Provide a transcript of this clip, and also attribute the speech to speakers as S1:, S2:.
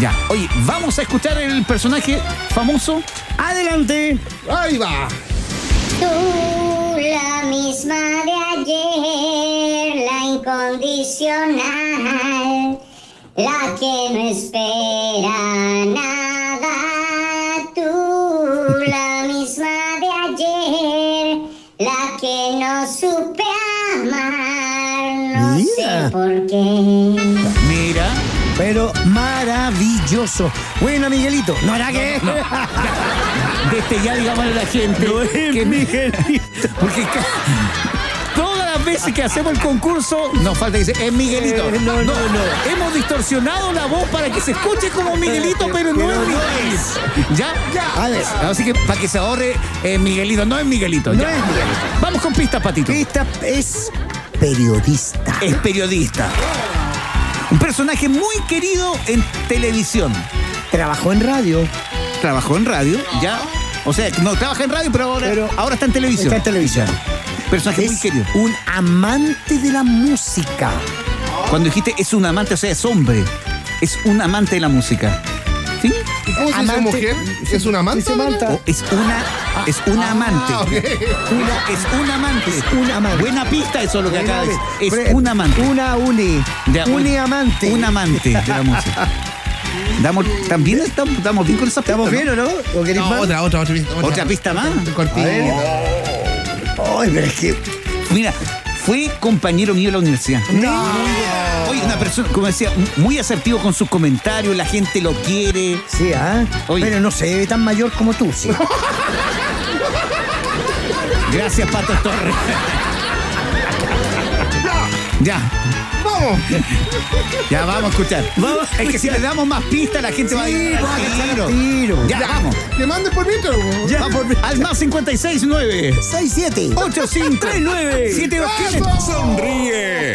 S1: Ya. Oye, vamos a escuchar el personaje famoso. Adelante. Ahí va.
S2: Tú, la misma de ayer, la incondicional, la que no espera nada. Tú, la misma de ayer, la que no supe amar, no
S1: Mira.
S2: sé por qué.
S1: Mira.
S3: Pero maravilloso. Bueno, Miguelito, no hará que.
S1: Desde ya digamos a la gente
S3: No es
S1: que
S3: Miguelito.
S1: Porque ca- todas las veces que hacemos el concurso, nos falta que dice, es Miguelito.
S3: Eh, no, no, no.
S1: Hemos distorsionado la voz para que se escuche como Miguelito, pero no
S3: Pero
S1: es
S3: no
S1: Miguelito. Ya, ya.
S3: A ver.
S1: Así que para que se ahorre eh, Miguelito, no es Miguelito.
S3: No
S1: ya.
S3: es Miguelito.
S1: Vamos con pistas, Patito.
S3: Esta es periodista.
S1: Es periodista. Un personaje muy querido en televisión.
S3: Trabajó en radio.
S1: Trabajó en radio, ya. O sea, no trabaja en radio, pero ahora,
S3: Pero
S1: ahora está en televisión.
S3: Está en televisión.
S1: Personaje muy
S3: Es
S1: querido.
S3: un amante de la música.
S1: Cuando dijiste es un amante, o sea, es hombre. Es un amante de la música. ¿Sí?
S4: ¿Y cómo se dice
S3: Amante.
S4: mujer? ¿Es una amante?
S3: Sí, se manta.
S1: O es una, es una amante.
S4: Ah, ok.
S1: Una- es un amante.
S3: Es un amante.
S1: Buena pista eso lo que acaba de decir. Es
S3: Pre-
S1: un amante.
S3: Una uni.
S1: Ya, bueno,
S3: uni amante.
S1: Un amante de la música. Damos, también estamos, estamos bien con esa
S3: ¿Estamos bien
S1: pista,
S3: o no? ¿O queréis
S4: No,
S3: más?
S4: otra, otra, otra pista.
S1: ¿no? Otra pista más.
S3: A
S4: Cortita.
S3: ver. Ay, pero es que.
S1: Mira, fue compañero mío de la universidad. Oye, una persona, como decía, muy asertivo con sus comentarios, la gente lo quiere.
S3: Sí, ¿ah?
S1: Oye.
S3: Pero no se ve tan mayor como tú, sí.
S1: Gracias, Pato Torres. Ya,
S4: Vamos.
S1: ya vamos a escuchar.
S3: Vamos a
S1: es que si le damos más pistas, la gente va a ir
S3: va a cachar al tiro.
S1: Ya, vamos.
S4: Que mandes por mientras. güey.
S3: Ya,
S1: Vamos al más 569
S3: 6-7.
S1: 85
S3: 39
S1: 727
S4: ¡Vamos!
S5: Sonríe